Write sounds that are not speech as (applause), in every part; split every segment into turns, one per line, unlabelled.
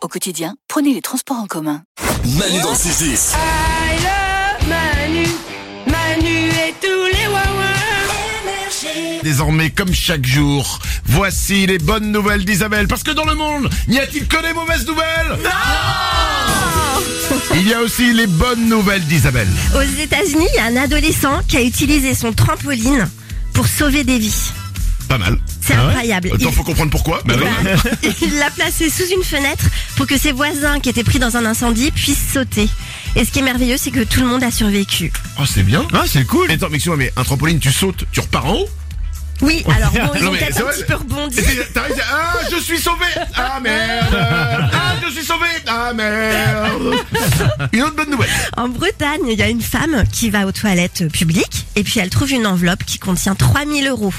Au quotidien, prenez les transports en commun.
Manu dans le 6-10.
I love Manu, Manu et tous les wawas.
Désormais, comme chaque jour, voici les bonnes nouvelles d'Isabelle. Parce que dans le monde, n'y a-t-il que des mauvaises nouvelles Il y a aussi les bonnes nouvelles d'Isabelle.
Aux États-Unis, il y a un adolescent qui a utilisé son trampoline pour sauver des vies.
Pas mal. Ah
C'est incroyable.
Attends, faut comprendre pourquoi. Bah oui.
(laughs) Il l'a placé sous une fenêtre pour que ses voisins qui étaient pris dans un incendie puissent sauter. Et ce qui est merveilleux, c'est que tout le monde a survécu.
Oh, c'est bien. Ah, c'est cool. Attends, mais excuse-moi, mais un trampoline, tu sautes, tu repars en haut
Oui, alors bon, ils
Non,
ont
mais
peut-être
c'est
un
vrai,
petit peu rebondi.
Et t'es- t'arrives, t'es- ah, je suis sauvé Ah, merde Ah, je suis sauvé Ah, merde Une autre bonne nouvelle.
En Bretagne, il y a une femme qui va aux toilettes euh, publiques et puis elle trouve une enveloppe qui contient 3000 euros.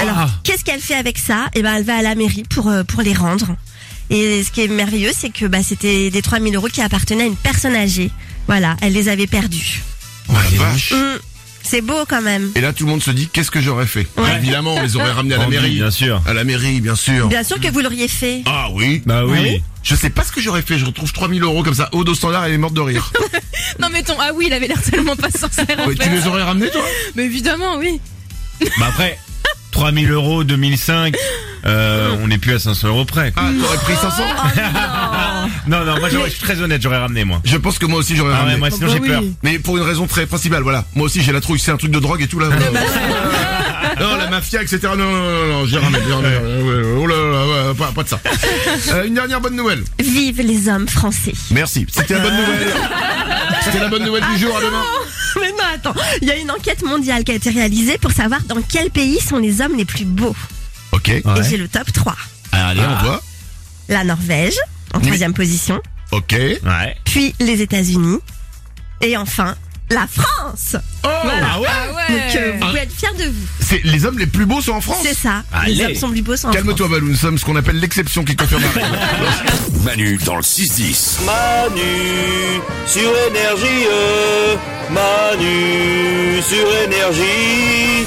Alors, qu'est-ce qu'elle fait avec ça Eh ben, elle va à la mairie pour, euh, pour les rendre. Et ce qui est merveilleux, c'est que bah, c'était des 3000 euros qui appartenaient à une personne âgée. Voilà, elle les avait perdus.
Oh, la vache.
Hum, c'est beau quand même.
Et là, tout le monde se dit, qu'est-ce que j'aurais fait
Ouais.
Évidemment, on les aurait ramenés à la
Rendu,
mairie.
Ah bien sûr.
À la mairie, bien sûr.
Bien sûr que vous l'auriez fait.
Ah oui
Bah oui.
Je sais pas ce que j'aurais fait, je retrouve 3000 euros comme ça, Odo Standard, elle est morte de rire.
Non mais ton ah oui, il avait l'air tellement pas sincère. en
Ouais,
fait.
tu les aurais ramenés toi
Mais évidemment, oui.
Bah
(laughs)
après, 3000 euros, 2005, euh, on n'est plus à 500 euros près. quoi.
Ah, t'aurais pris 500
Non, non, moi j'aurais- je suis très honnête, j'aurais ramené moi.
Je pense que moi aussi j'aurais
Ah ouais,
ramené.
moi sinon j'ai peur.
Mais pour une raison très principale, voilà. Moi aussi j'ai la trouille, c'est un truc de drogue et tout là. Euh, non, la mafia, etc. Non, non, non, non, j'ai ramené, j'ai ramené. Ouais, ouais, Oh là là, ouais, pas, pas de ça. Euh, une dernière bonne nouvelle.
Vive les hommes français. (laughs)
Merci, c'était la bonne nouvelle. C'était la bonne nouvelle du jour, à demain.
Mais non, attends. Il y a une enquête mondiale qui a été réalisée pour savoir dans quel pays sont les hommes les plus beaux.
Ok,
Et j'ai le top 3.
allez, on
Ah.
voit.
La Norvège, en
Oui.
troisième position.
Ok.
Ouais.
puis les États-Unis, et enfin la France.
Oh
Ah
Donc euh,
ouais.
vous pouvez être fiers de vous.
C'est- Les hommes les plus beaux sont en France.
C'est ça. Les hommes sont plus beaux sans
Calme-toi, Balou, nous sommes ce qu'on appelle l'exception qui confirme la règle. Bah,
Manu dans le 6-10.
Manu sur énergie, euh, Manu sur énergie.